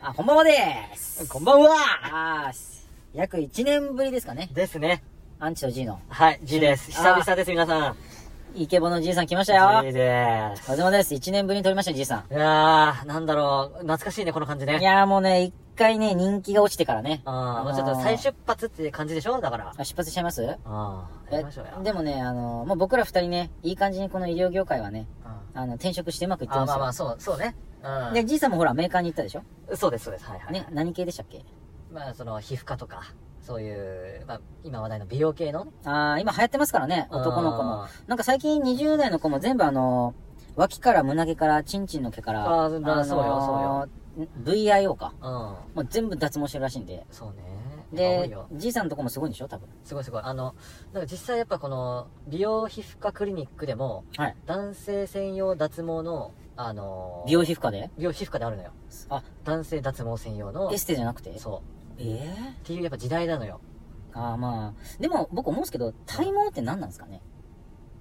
あ、こんばんはです。こんばんはあーす約1年ぶりですかね。ですね。アンチと G の。はい、G です。久々です、皆さん。イケボのじいさん来ましたよ。 G です。おはようです。1年ぶりに撮りました、じいさいやー、なんだろう、懐かしいね、この感じん。いね。やーもうね、一回ね、人気が落ちてからね。あー、もうちょっと再出発っていう感じでしょだから。あ出発しちゃいますあー、やりましょうよ。でもね、あの、もう僕ら二人ね、いい感じにこの医療業界はね、うんあの、転職してうまくいってまあすまよ。あまあ、そう、そうね。で、じいさんもほら、メーカーに行ったでしょうん。そうです、そうです。はいはい。ね、何系でしたっけまあ、その、皮膚科とか、そういう、まあ、今話題の美容系のね。あー、今流行ってますからね、男の子も。あー。なんか最近20代の子も全部あの、脇から胸毛から、チンチンの毛から、あーなそうよそうよそうよ。VIO か。うん。もう全部脱毛してるらしいんで。そうね。やっぱ多いでよ、じいさんのとこもすごいんでしょ多分。すごいすごい。あの、なんか実際やっぱこの、美容皮膚科クリニックでも、はい。男性専用脱毛の、あのー美容皮膚科で美容皮膚科であるのよ。あ、男性脱毛専用のエ、ステじゃなくてそええう。っていうやっぱ時代なのよ。あーまあ。でも僕思うんですけど、体毛って何なんですかね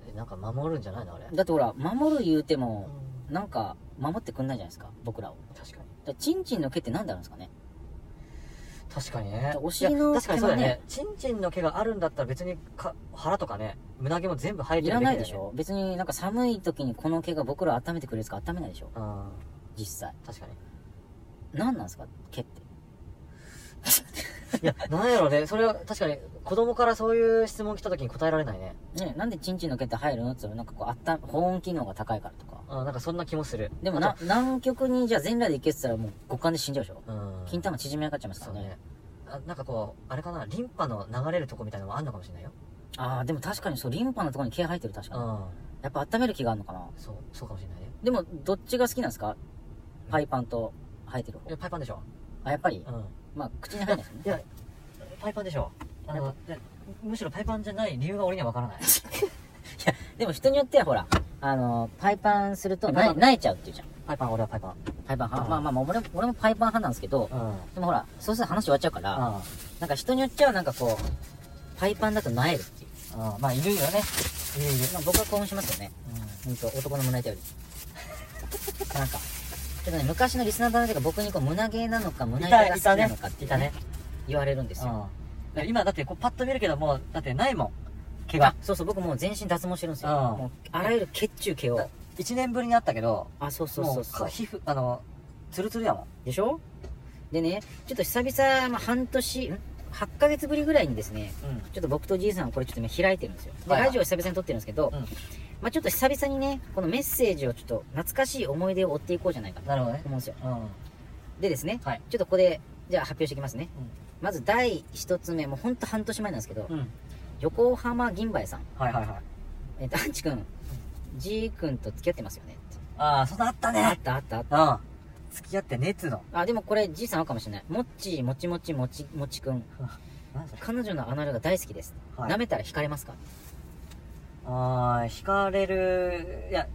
えなんか守るんじゃないのあれ。だってほら、守る言うても、うなんか、守ってくんないじゃないですか、僕らを。ん確かに。だチンチンの毛って何であるんですかね確かにね。お尻のいや確かにそうだよ毛はね。チンチンの毛があるんだったら別にか腹とかね、胸毛も全部生えているらべきだないよでしょ別になんか寒い時にこの毛が僕らを温めてくれるやつか温めないでしょねうん。実際。確かに。何なんですか毛って。いや、 なんやろね。それは確かに、子供からそういう質問来た時に答えられないね。ねなんでチンチンの毛って入るのって言ったらなんかこうあった保温機能が高いからとかうん、なんかそんな気もする。でもな南極にじゃあ全裸で行けって言ったらもう極寒で死んじゃうでしょうん。金玉縮め上がっちゃいますかそらうねね。あなんかこう、あれかな、リンパの流れるとこみたいなのもあんのかもしれないよ。ああでも確かにそうリンパのところに毛生えてる確うかにん。やっぱ温める気があるのかなそう、そうかもしれないね。でもどっちが好きなんですかパイパンと生えてるい方や、パイパンでしょあやっぱりうん。まあ口に入らないですよねいや、パイパンでしょあの、でむしろパイパンじゃない理由が俺にはわからない。でも人によってはほらあのーパイパンするとなパイパンなえちゃうっていうじゃんパイパン、俺はパイパン。パイパン派うんまあまあまあ俺も俺もパイパン派なんですけどうん。うん。でもほらそうすると話終わっちゃうからあなんか人によっちゃなんかこうパイパンだとなえるっていうあまあ、いるよね。いるいる。まあ、僕は興奮しますよね。うんと、男の胸板より。 なんか。けどね、昔のリスナーの男性が僕にこう、胸毛なのか、うん。胸板いがた、い好きたなねのかっ。ていたね。言われるんですよ。うん。今だってこうパッと見るけどもう、だってないもん。毛あが。そうそう、僕もう全身脱毛してるんですよ。うんもうあらゆる血中毛を。一年ぶりに会ったけど、あ、そうそうそうそもうう。皮膚、あの、ツルツルやもん。でしょでね、ちょっと久々、まあ、半年、ん ?8 ヶ月ぶりぐらいにですね、うん。ちょっと僕とじいさんはこれちょっと今開いてるんですよ。で、はいはいラジオを久々に撮ってるんですけど、うんまあちょっと久々にね、このメッセージをちょっと懐かしい思い出を追っていこうじゃないかとなるほどね思。うんですよ。うん。でですね、はいちょっとここで、じゃあ発表していきますね。うんまず第一つ目、もうほんと半年前なんですけど、うん。横浜銀杯さん、はいはいはい。えっ、と、アンチ君、G 君と付き合ってますよねってああ、そんなあったあっね。たあったあった。うん。付き合ってねっつうの。あ、でもこれ G さんはかもしれない。もっちー、もちもちもちもちくん。何それ彼女のアナルが大好きです。はい舐めたら惹かれますかああ、惹かれる、いや、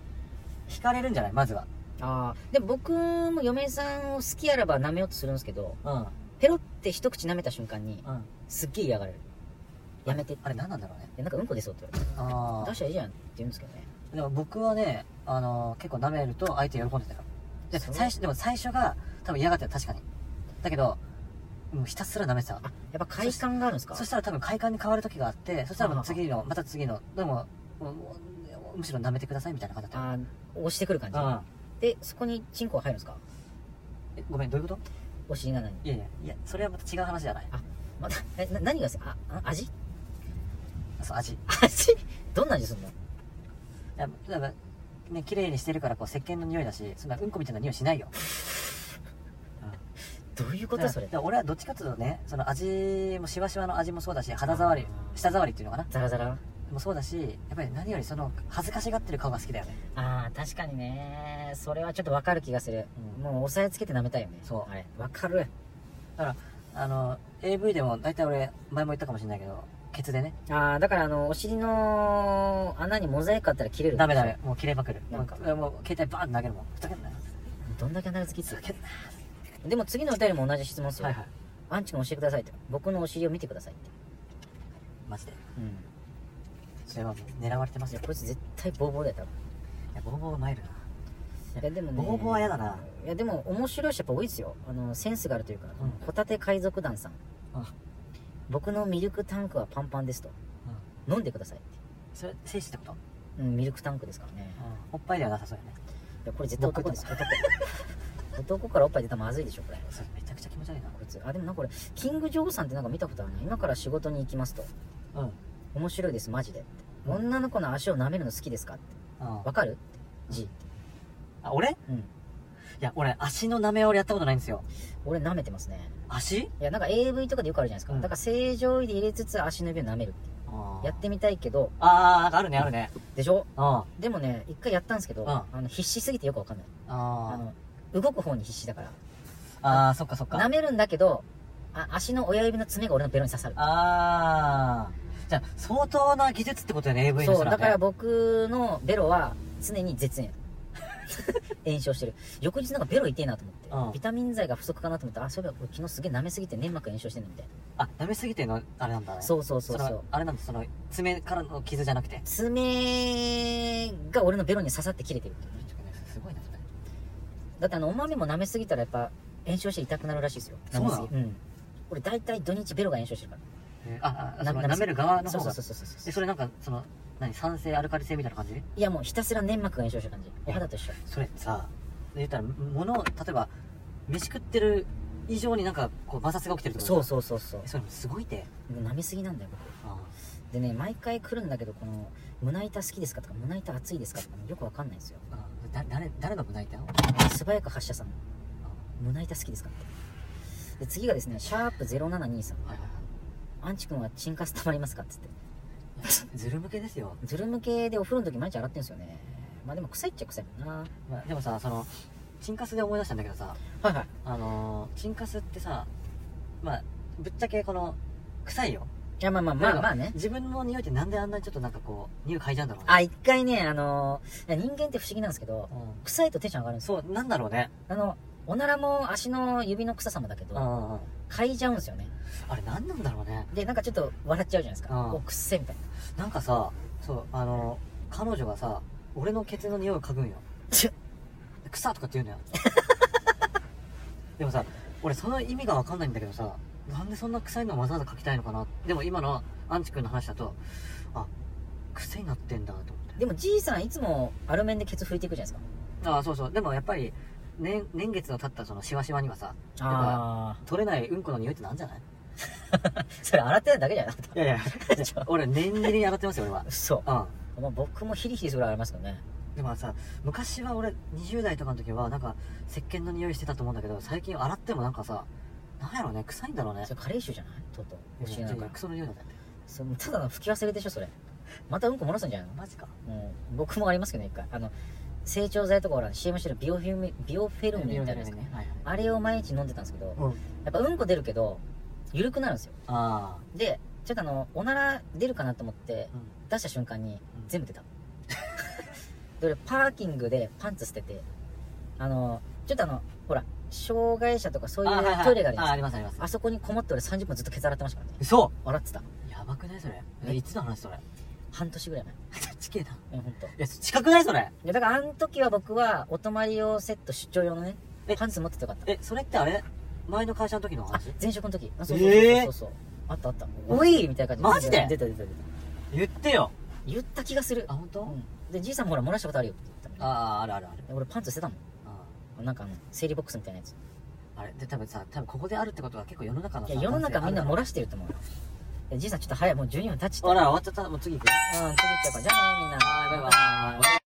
惹かれるんじゃないまずは。ああ。でも僕も嫁さんを好きやらば舐めようとするんですけど、うん。ペロって一口舐めた瞬間に、うん。すっげえ嫌がられる。やめてって。あれ何なんだろうね。いやなんかうんこ出そうって言われあて。出あし。たらいいじゃんって言うんですけどね。でも僕はね、あのー結構舐めると相手喜んでたよ。で、そう最初、でも最初が多分嫌がってた、確かに。だけど、もうひたすら舐めてたあ。、やっぱ快感があるんですかそしたら多分快感に変わる時があって、そしたらもう次の、また次の、でも、もうもうむしろ舐めてくださいみたいな感じだっあー押してくる感たじ、よ。うん。でそこにチンコが入るんですかえごめん、どういうことお尻なのにいやいや、いや、それはまた違う話じゃない。またえな何がですああ味 そう、味。い味どんな味するのや、だからね、綺麗にしてるから、こう、石鹸の匂いだし、そんなうんこみたいな匂いしないよ。どういうことそれだから俺はどっちかっていうとねその味もしわしわの味もそうだし肌触りあー舌触りっていうのかなザラザラもそうだしやっぱり何よりその恥ずかしがってる顔が好きだよねあー確かにねそれはちょっとわかる気がする、うんもう押さえつけて舐めたいよねそうあれわかるあの AV でも大体俺前も言ったかもしれないけどケツでねあーだからあのお尻の穴にモザイクあったら切れるダメダメもう切れまくるなんかもうもう携帯バーンって投げるもんふざけんなよどんだけアナル好きっふすざよけんなよでも次のお便りも同じ質問ですよ、はいはいアンチ君教えてくださいって僕のお尻を見てくださいってマジでうんそれはもう狙われてますいよやこいつ絶対ボーボーだよ多分いやボーボーマイルないやでもねボコボコは嫌だないやでも面白い人やっぱ多いですよあのセンスがあるというか、うんホタテ海賊団さんあ僕のミルクタンクはパンパンですと飲んでくださいってそれ精子ってことうん、ミルクタンクですからねおっぱいではなさそうよねいやこれ絶対男ですよ男男からおっぱい出たらまずいでしょこれこそれめちゃくちゃ気持ち悪いいつあでもなんかこれキング・ジョーさんってなんか見たことあるな今から仕事に行きますとなうん面白いですマジでうん女の子の足を舐めるの好きですかってあわかる ?G 俺いうんや俺足の舐め俺やったことないんですよ俺舐めてますね足いやなんか AV とかでよくあるじゃないですか、うんだから正常位で入れつつ足の指を舐めるっていうあーやってみたいけどあーなんかあるねあるねでしょあでもね一回やったんですけど、うんあの必死すぎてよくわかんないああの動く方に必死だからあーそっかそっか舐めるんだけどあ足の親指の爪が俺のベロに刺さるああじゃあ相当な技術ってことよね AV そのう人だなんからて僕のベロは常に絶縁 炎症してる翌日なんかベロ痛えなと思って、うんビタミン剤が不足かなと思ってあそういえば俺昨日すげえ舐めすぎて粘膜炎症してんのみたいなあ舐めすぎてのあれなんだねそうそうそうそそうのあれなんだその爪からの傷じゃなくて爪が俺のベロに刺さって切れてるすごいなそれだってあのお豆も舐めすぎたらやっぱ炎症して痛くなるらしいですよそうな舐めのすぎうん俺大体土日ベロが炎症してるかえーああらその舐める側のそう方そうそがうそうそうえそれなんかその何酸性アルカリ性みたいな感じいやもうひたすら粘膜が炎症した感じお肌と一緒それさ言ったら物を例えば飯食ってる以上になんかこう摩擦が起きてるってことそうそうそうそうえそれもすごいて舐めすぎなんだよ僕あでね毎回来るんだけどこの胸板好きですかとか胸板熱いですかとかねよくわかんないんですよあだ誰誰の胸板を素早く発射さん胸板好きですかってで次がですねシャープ0723あはいはいアンチ君はチンカス溜まりますかっつってはいズル向けですよ、ズル向けでお風呂の時毎日洗ってんですよねまあでも臭いっちゃ臭いもんなはまあ、でもさそのチンカスで思い出したんだけどさいはいあのー、チンカスってさまあぶっちゃけこの臭いよいやまあまあまあまあね自分の匂いってなんであんなにちょっとなんかこう匂い嗅いじゃうんだろうねあ一回ねあのいや人間って不思議なんですけどう臭いとテンション上がるんん、ですよそうなんだろうねあのおならも足の指の臭さもだけうどんうんうん嗅いじゃうんですよねあれ何なんだろうねでなんかちょっと笑っちゃうじゃないですかうんおくっせみたいな なんかさそうあの彼女がさ俺のケツの匂いを嗅ぐんよちょ草とかって言うのよでもさ俺その意味が分かんないんだけどさなんでそんな臭いのわざわざ書きたいのかなでも今のアンチ君の話だとあ癖になってんだと思ってでもじいさんいつもアルメンでケツ拭いていくじゃないですああそうそうでもやっぱり年年月の経ったそのシワシワにはさかああ取れないうんこの匂いってなんじゃないそれ洗ってないだけじゃなくていやいや俺念入りに洗ってますよ俺は嘘うんまあ僕もヒリヒリするぐらいありますけどねでもさ昔は俺20代とかの時はなんか石鹸の匂いしてたと思うんだけど最近洗ってもなんかさなんやろうね臭いんだろうねそれ加齢臭じゃないとうとうおい尻やなんいかやクソの匂いだったってそれただの吹き忘れでしょそれまたうんこ漏らすんじゃないマジかのもう僕もありますけどね一回あの成長剤とかほら CM してるビオフィルムビオフェルミンみたいなやつねはいはいあれを毎日飲んでたんですけどやうんっぱうんこ出るけど緩くなるんですよあでちょっとあのおなら出るかなと思ってあ、うん出した瞬間に全部出た で俺パーキングでパンツ捨ててあのちょっとあのほら障害者とかそういあははうトイレがあるじゃあないですかありますありますあそこにこもって俺30分ずっとケツ洗ってましたからね嘘洗ってたやばくないそれええいつの話それ半年ぐらい前地形だいうんほんとや近くないそれでだからあの時は僕はお泊まり用セット出張用のねえパンツ持っててよかったえそれってあれ前の会社の時の話前職の時あえーそうそうそうそうあったあったおいみたいな感じマジで出た出た出た言ってよ言った気がするあ本当、うんでじいさんもほら漏らしたことあるよって言ったあのねああるあるあるで俺パンツ捨てたもんあなんかあの整理ボックスみたいなやつああれで多分さ多分ここであるってことは結構世の中のいさや世の中みんな漏ららしてると思うよいやじいさんちょっと早いもう12分経っちゃったあら終わっちゃったもう次行うんく次行っちゃうからじゃあねみんなはいバイバイ